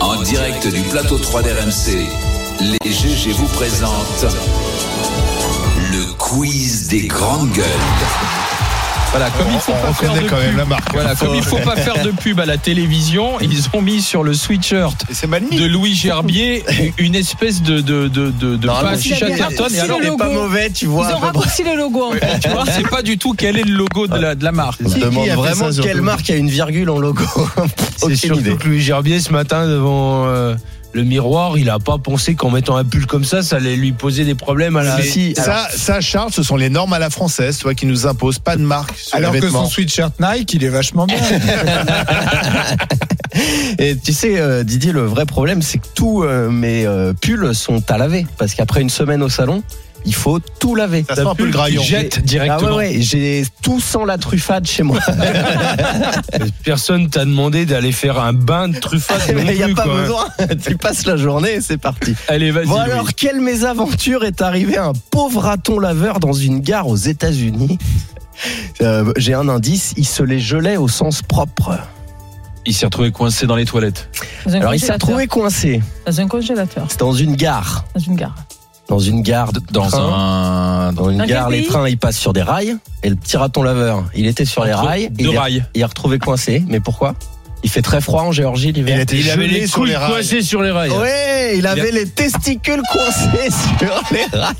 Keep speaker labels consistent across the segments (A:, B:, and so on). A: En direct du plateau 3 d'RMC, les GG vous présentent le quiz des grandes gueules.
B: Voilà, comme il faut
C: On
B: pas faire
C: connaît
B: de
C: quand
B: pub.
C: même la marque.
B: Voilà, comme il faut pas faire de pub à la télévision, ils ont mis sur le sweatshirt
C: Et c'est mal mis.
B: de Louis Gerbier une espèce de de de de, de
D: Ah,
E: Bah,
B: passe Chatterton et alors
E: le logo.
F: pas mauvais, tu vois.
E: Ils ont
F: à peu près.
E: raccourci le logo. en fait.
B: tu vois, c'est pas du tout quel est le logo de la de la marque.
F: Je
C: Qui-
F: demande
C: qui a fait
F: vraiment
C: ça, surtout
F: quelle marque a une virgule en logo.
D: C'est
F: Aucune
D: surtout
F: idée.
D: que Louis Gerbier, ce matin, devant euh, le miroir, il a pas pensé qu'en mettant un pull comme ça, ça allait lui poser des problèmes à la.
F: Si, si, alors,
C: Ça, ça, Charles, ce sont les normes à la française, tu vois, qui nous imposent pas de marque sur
G: Alors
C: les
G: que
C: vêtements.
G: son sweatshirt Nike, il est vachement bien.
F: et tu sais, euh, Didier, le vrai problème, c'est que tous euh, mes euh, pulls sont à laver. Parce qu'après une semaine au salon, il faut tout laver.
C: Ça sent un peu le graillon.
B: Jette
F: Ah ouais,
B: directement.
F: ouais, j'ai tout sans la truffade chez moi.
D: Personne t'a demandé d'aller faire un bain de truffade. non
F: Mais il n'y a
D: plus,
F: pas
D: quoi.
F: besoin. tu passes la journée et c'est parti.
D: Allez, vas-y.
F: Bon
D: Louis.
F: alors, quelle mésaventure est arrivée à un pauvre raton laveur dans une gare aux États-Unis Euh, J'ai un indice, il se les gelait au sens propre.
B: Il s'est retrouvé coincé dans les toilettes.
E: Dans un
F: Alors il s'est
E: congélateur.
F: retrouvé coincé.
E: Dans un congélateur,
F: C'est dans une gare.
E: dans une gare.
F: Dans une gare. de-
B: Dans
F: train.
B: un
F: Dans une
E: Dans quel
F: gare, les
E: pays
F: trains, ils passent sur des rails. Et le petit raton laveur, il était sur les rails. et
B: de
F: il, est-
B: rail.
F: il est retrouvé coincé. Mais pourquoi Il fait très froid en Géorgie
C: Il
F: l'hiver.
C: était
D: Il avait
C: gelé
D: les
C: sur
D: couilles
C: les rails.
D: coincées sur les rails.
F: Ouais, il avait les testicules coincés sur les rails.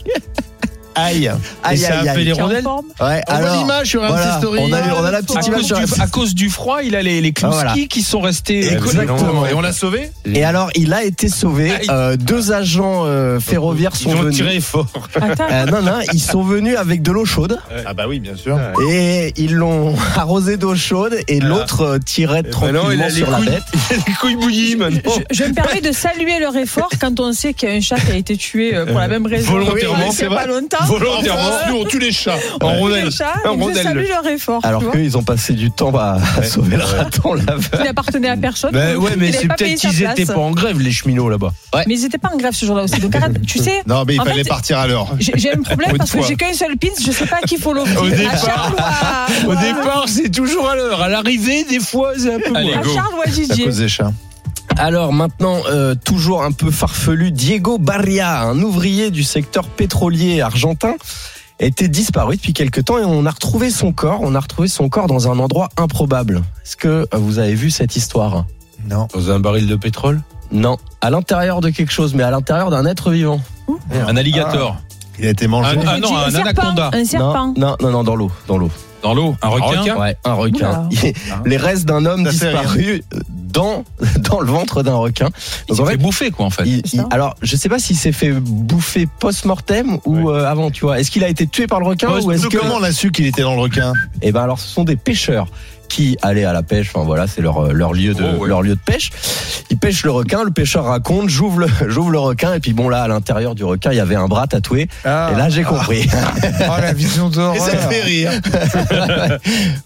C: Aïe.
F: Aïe,
D: ça a
F: aïe,
D: fait
F: aïe.
D: des
E: Qui est en
D: rondelles
E: forme.
F: Ouais,
C: On voit
F: alors,
C: l'image sur
F: voilà,
C: RMC Story.
F: on a, on a la
B: À
F: petite image
B: cause,
F: sur Ah,
B: du, à cause du froid, il a les, les clouskis
F: Voilà.
B: qui sont restés.
D: Et-
F: Exactement.
C: Et on l'a sauvé
F: Et alors, il a été sauvé.
B: Aïe.
F: Euh, deux agents euh, ferroviaires sont
D: Ils ont
F: venus.
D: tiré fort.
E: Attends,
F: Euh, non, non, ils sont venus avec de l'eau chaude
C: Ah bah oui, bien sûr.
F: et ils l'ont arrosé d'eau chaude et l'autre euh, tirait
D: ben
F: tranquillement
D: non, il a les
F: sur la
D: couilles-
F: bête.
D: Les couilles bouillies maintenant.
E: je, je me permets de saluer leur effort quand on sait qu'il y a un chat qui a été tué euh, pour la même raison.
D: volontairement,
E: Il y a
C: c'est
E: pas longtemps.
C: En
D: Volontairement.
C: France, nous, on tue les chats.
D: En rondelle.
E: Le chat,
D: En
E: donc je
D: rondelle,
E: salue
D: le-
E: leur effort. tu
F: Alors
E: vois,
F: qu'ils ont passé du temps à, à sauver le raton laveur.
E: qui n'appartenait à personne.
D: Ben
E: donc
D: ouais, mais
E: il avait
D: c'est
E: pas payé
D: peut-être
E: sa
D: qu'ils étaient
E: place.
D: pas en grève, les cheminots là-bas.
E: Mais ils étaient pas en grève ce jour-là aussi. Donc arrête, tu sais,
C: Non, mais il
E: En
C: fallait
E: fait,
C: partir à l'heure.
E: j'ai j'ai un problème
C: Une
E: parce que
C: fois.
E: j'ai qu'un seul pins, je sais pas à qui faut l'offrir.
D: Au
E: À
D: départ.
E: Charles ou à.
D: Au
E: ou à-
D: départ, c'est toujours à l'heure. À l'arrivée, des fois, c'est un peu
B: Allez,
D: moins.
E: À Charles ou à
C: À
E: Didier.
C: cause des chats.
F: Alors maintenant, euh, toujours un peu farfelu, Diego Barria, un ouvrier du secteur pétrolier argentin, était disparu depuis quelque temps et on a retrouvé son corps. On a retrouvé son corps dans un endroit improbable. Est-ce que euh, vous avez vu cette histoire
C: Non.
D: Dans un baril de pétrole
F: Non, à l'intérieur de quelque chose, mais à l'intérieur d'un être vivant.
B: Un alligator.
D: Ah.
C: Il a été mangé.
B: Un- Ah non,
E: Tu-
B: un
E: serpent,
B: anaconda.
E: Un
F: Non,
E: serpent.
F: non, non, non, dans l'eau, dans l'eau.
B: Dans l'eau. Un requin.
F: Ouais, un requin. Les restes d'un homme
C: Ça fait
F: disparu dans dans le ventre d'un requin.
B: Il
F: Donc
B: s'est
F: en
B: fait
F: fait,
B: bouffer, quoi, en fait.
F: il-
E: c'est
F: il-
E: ça.
F: alors je sais pas s'il s'est fait bouffer post-mortem ou euh, avant, tu vois. Est-ce qu'il a été tué par le requin
C: Post-
F: ou Ah, est-ce
C: Nous,
F: que
C: Comment on a su qu'il était dans le requin
F: Eh ben alors, ce sont des pêcheurs qui allaient à la pêche. Enfin voilà, c'est leur, euh, leur lieu de
B: Oh, ouais.
F: leur lieu de pêche. Ils pêchent le requin. Le pêcheur raconte. J'ouvre le, j'ouvre le requin et puis bon là, à l'intérieur du requin, il y avait un bras tatoué.
G: Ah,
F: Et là, j'ai compris.
G: oh, la vision
C: Et ça
G: d'horreur.
C: fait rire.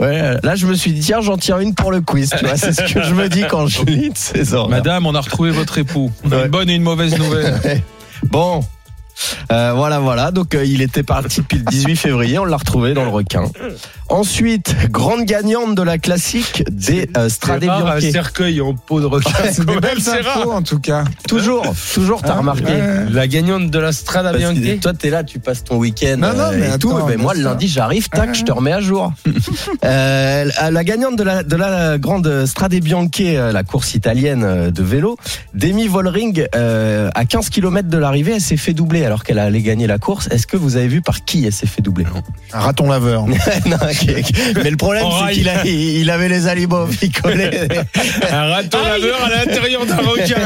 F: ouais, là, je me suis dit tiens, j'en tire une pour le quiz. Tu vois, c'est ce que je me dis quand je lis de ces
C: Bah,
F: horreurs.
B: Madame, on a retrouvé votre époux. On a
F: Ouais.
B: Une bonne et une mauvaise nouvelle.
F: Bon. Euh, voilà, voilà. Donc, euh, il était parti depuis le 18 février. On l'a retrouvé dans le requin. Ensuite, grande gagnante de la classique des euh,
D: Rare, un
F: Stradivarius.
D: cercueil en peau de requin.
G: C'est des belles infos, en tout cas.
F: Toujours, toujours, t'as remarqué.
D: La gagnante de la Strada
F: Parce que
D: Bianchi.
F: toi, t'es là, tu passes ton week-end
G: Non, non,
F: euh,
G: mais
F: et tout.
G: attends,
F: mais
G: bien
F: moi, le
G: sûr.
F: lundi, j'arrive, tac,
G: Ah.
F: je te remets à jour. Euh, la gagnante de la, de la grande Strade Bianche, euh, la course italienne euh, de vélo, Demi Vollering, euh, à 15 km de l'arrivée, elle s'est fait doubler alors qu'elle allait gagner la course. Est-ce que vous avez vu par qui elle s'est fait doubler
C: Un raton laveur.
F: Non, ok, ok. Mais le problème,
D: En
F: c'est
D: rail.
F: qu'il a- il il avait les alibos, il collait.
D: Un raton laveur à l'intérieur d'un requin.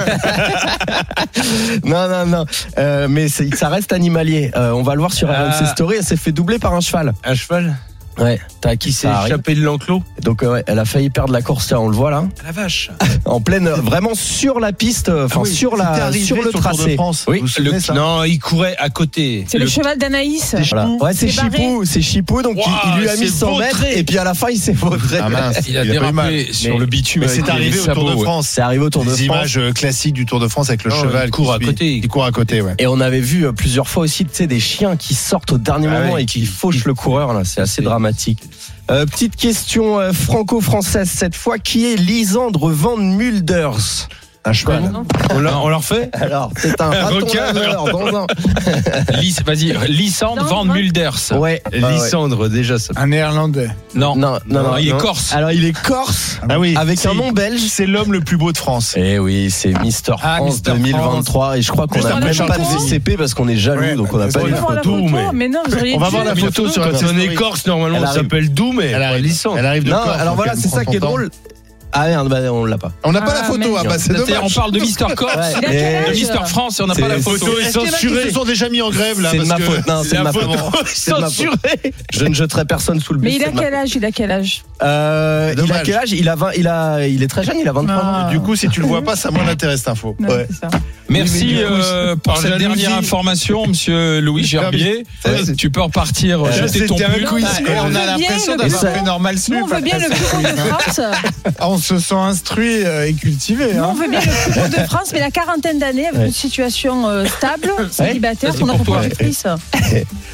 F: Non, non, non. Euh, mais c'est- ça reste animalier. Euh, on va le voir sur
D: Ah.
F: RMC Story. Elle s'est fait doubler par un cheval.
D: Un cheval
F: Ouais, tac,
D: qui s'est
F: ça arrive.
D: échappé de l'enclos.
F: Donc euh, ouais, elle a failli perdre la course là, on le voit là,
D: Ah, La vache.
F: en pleine, euh, vraiment sur la piste, euh, enfin
C: Ah oui,
F: sur
C: c'était
F: la,
C: arrivé
F: sur le
C: sur le Tour de
F: tracé.
C: France,
F: oui.
C: vous vous souvenez
F: le-
C: ça
D: Non, il courait à côté.
E: C'est le, cheval d'Anaïs.
F: Voilà.
E: Mmh.
F: Ouais, c'est
E: C'est barré.
F: Chipou, c'est Chipou, donc il- il,
D: Waouh,
F: lui a
D: il
F: mis
D: s'est
F: 100 mètres
D: vautré.
F: et puis à la fin il s'est vautré.
C: Ah mince,
D: Il a
C: pas eu mal.
D: dérapé sur
F: Mais-
D: le bitume.
C: Mais
D: avec
C: c'est
D: les
C: arrivé au Tour
D: sabots,
C: de
D: ouais.
C: France.
F: C'est arrivé au Tour de
C: Les
F: France.
C: images euh, classiques du Tour de France avec le
D: Non,
C: cheval
D: il court
C: qui
D: à
C: suit.
D: côté.
C: Il court à côté, ouais.
F: Et on avait vu euh, plusieurs fois aussi, tu sais, des chiens qui sortent au dernier
C: Ah
F: moment
C: oui,
F: et qui fauchent le coureur. Là, c'est assez dramatique. Euh, petite question euh, franco-française cette fois. Qui est Lisandre Van Mulders
C: Un cheval.
D: On l'a- on leur fait
F: Alors, c'est un raton
D: requin.
F: laveur dans un.
D: Lys- Vas-y, Lysandre
E: Non,
D: Van
E: non.
D: Mulders.
F: Ouais. bah ouais.
D: Lysandre, déjà, ça.
G: Un néerlandais.
D: Non.
F: Non, non, non,
D: il est
F: non.
D: corse.
F: Alors, il est corse
C: Ah oui.
F: avec
C: c'est-
F: un nom belge.
C: C'est l'homme le plus beau de France.
F: Eh oui, c'est Mister
D: Ah,
F: France
D: Mister
F: 2023 et je crois qu'on
C: Juste
F: n'a
C: après
F: même pas
C: Charles
F: de VCP parce qu'on est jaloux
G: Ouais,
F: donc on n'a
G: bah,
F: pas
E: On
F: les
E: va voir la
F: photos.
E: photo,
D: mais-
E: mais non, vous auriez
C: On va
E: dû.
C: voir la
D: Mais
C: photo sur
D: Quand
C: Insta
D: on est
C: Story.
D: corse, normalement,
F: Elle
D: on
F: arrive.
D: s'appelle Doom et
C: Elle
D: pas
C: arrive,
D: Lysandre.
C: elle arrive de
F: Non,
C: Corse,
F: alors
C: donc
F: voilà,
C: elle
F: c'est ça
C: prend
F: qui est
C: son temps.
F: drôle. Ah merde, bah, on l'a pas.
C: On n'a pas
E: Ah,
C: la photo,
E: merde.
C: ah bah c'est
D: C'est-à-dire, on
C: dommage.
D: parle de Mister Corse,
F: Ouais.
E: Il a
F: Mais-
E: quel
D: de
E: âge
D: euh, Mister France et on n'a pas
F: C'est-
D: la photo.
C: Est-ce qu'il y en a qui se sont déjà mis en grève là
F: C'est de
C: parce
F: ma
C: que-
F: faute. Non, c'est de
D: La
F: ma faute.
D: photo est
F: C'est de ma faute.
D: censurée.
F: Je ne jetterai personne sous le bus.
E: Mais il
F: c'est
E: a
F: de ma-
E: quel âge Il a quel âge
F: Euh, il a
C: Dommage.
F: quel âge il, a 20, il, a, il est très jeune, il a 23 ans.
E: Ah.
C: Du coup, si tu le vois pas, ça moins l'intéresse cette info.
E: Non,
F: Ouais.
E: c'est ça.
D: Merci
C: Oui, mais du coup,
D: euh, pour
C: par
D: cette
C: jalousie.
D: dernière information, monsieur Louis Gerbier.
C: Ouais.
D: Tu peux repartir euh,
C: Je
D: jeter ton
G: C'était un
D: pull.
G: quiz.
E: Ah,
G: Et
E: on
G: on
E: veut
G: a
E: bien
G: l'impression
F: le-
G: d'avoir
F: Ça-
G: fait normal sup.
E: Nous, on veut bien le
G: après
E: plus
G: ça.
E: court de France.
G: Ah, On se sent instruit euh, et cultivé.
E: Nous, on
G: hein.
E: veut bien le plus court de France, mais la quarantaine d'années avec une situation euh, stable, célibataire,
D: Ça, c'est
E: qu'on a
D: pour toi.
E: pour actrice.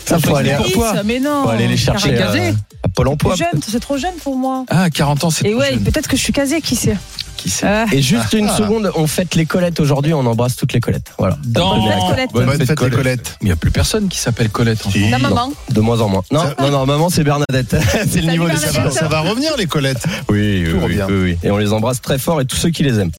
F: Ça, faut aller,
E: Actrice, Mais non.
F: faut aller les chercher
E: quarantaine.
F: euh, à Pôle emploi.
E: C'est jeune, c'est trop jeune pour moi.
D: Ah, 40 ans, c'est
E: Et
D: trop
E: ouais,
D: jeune.
E: peut-être que je suis casée, qui sait
F: Qui sait
E: Ah.
F: Et juste une seconde, on fête les Colettes aujourd'hui, on embrasse toutes les Colettes. Voilà.
D: Dans-
E: Bonne fête, Colette.
D: Bonne fête, Colette.
C: Colette.
D: Mais il n'y a plus personne qui s'appelle Colette. en fait.
E: La maman.
F: De moins en moins. Non, non, non, maman, c'est Bernadette. c'est le
E: Salut,
F: niveau des
E: Bernadette.
C: Ça va revenir les Colettes.
F: Oui, oui,
C: Tout revient.
F: oui, oui. Et on les embrasse très fort et tous ceux qui les aiment.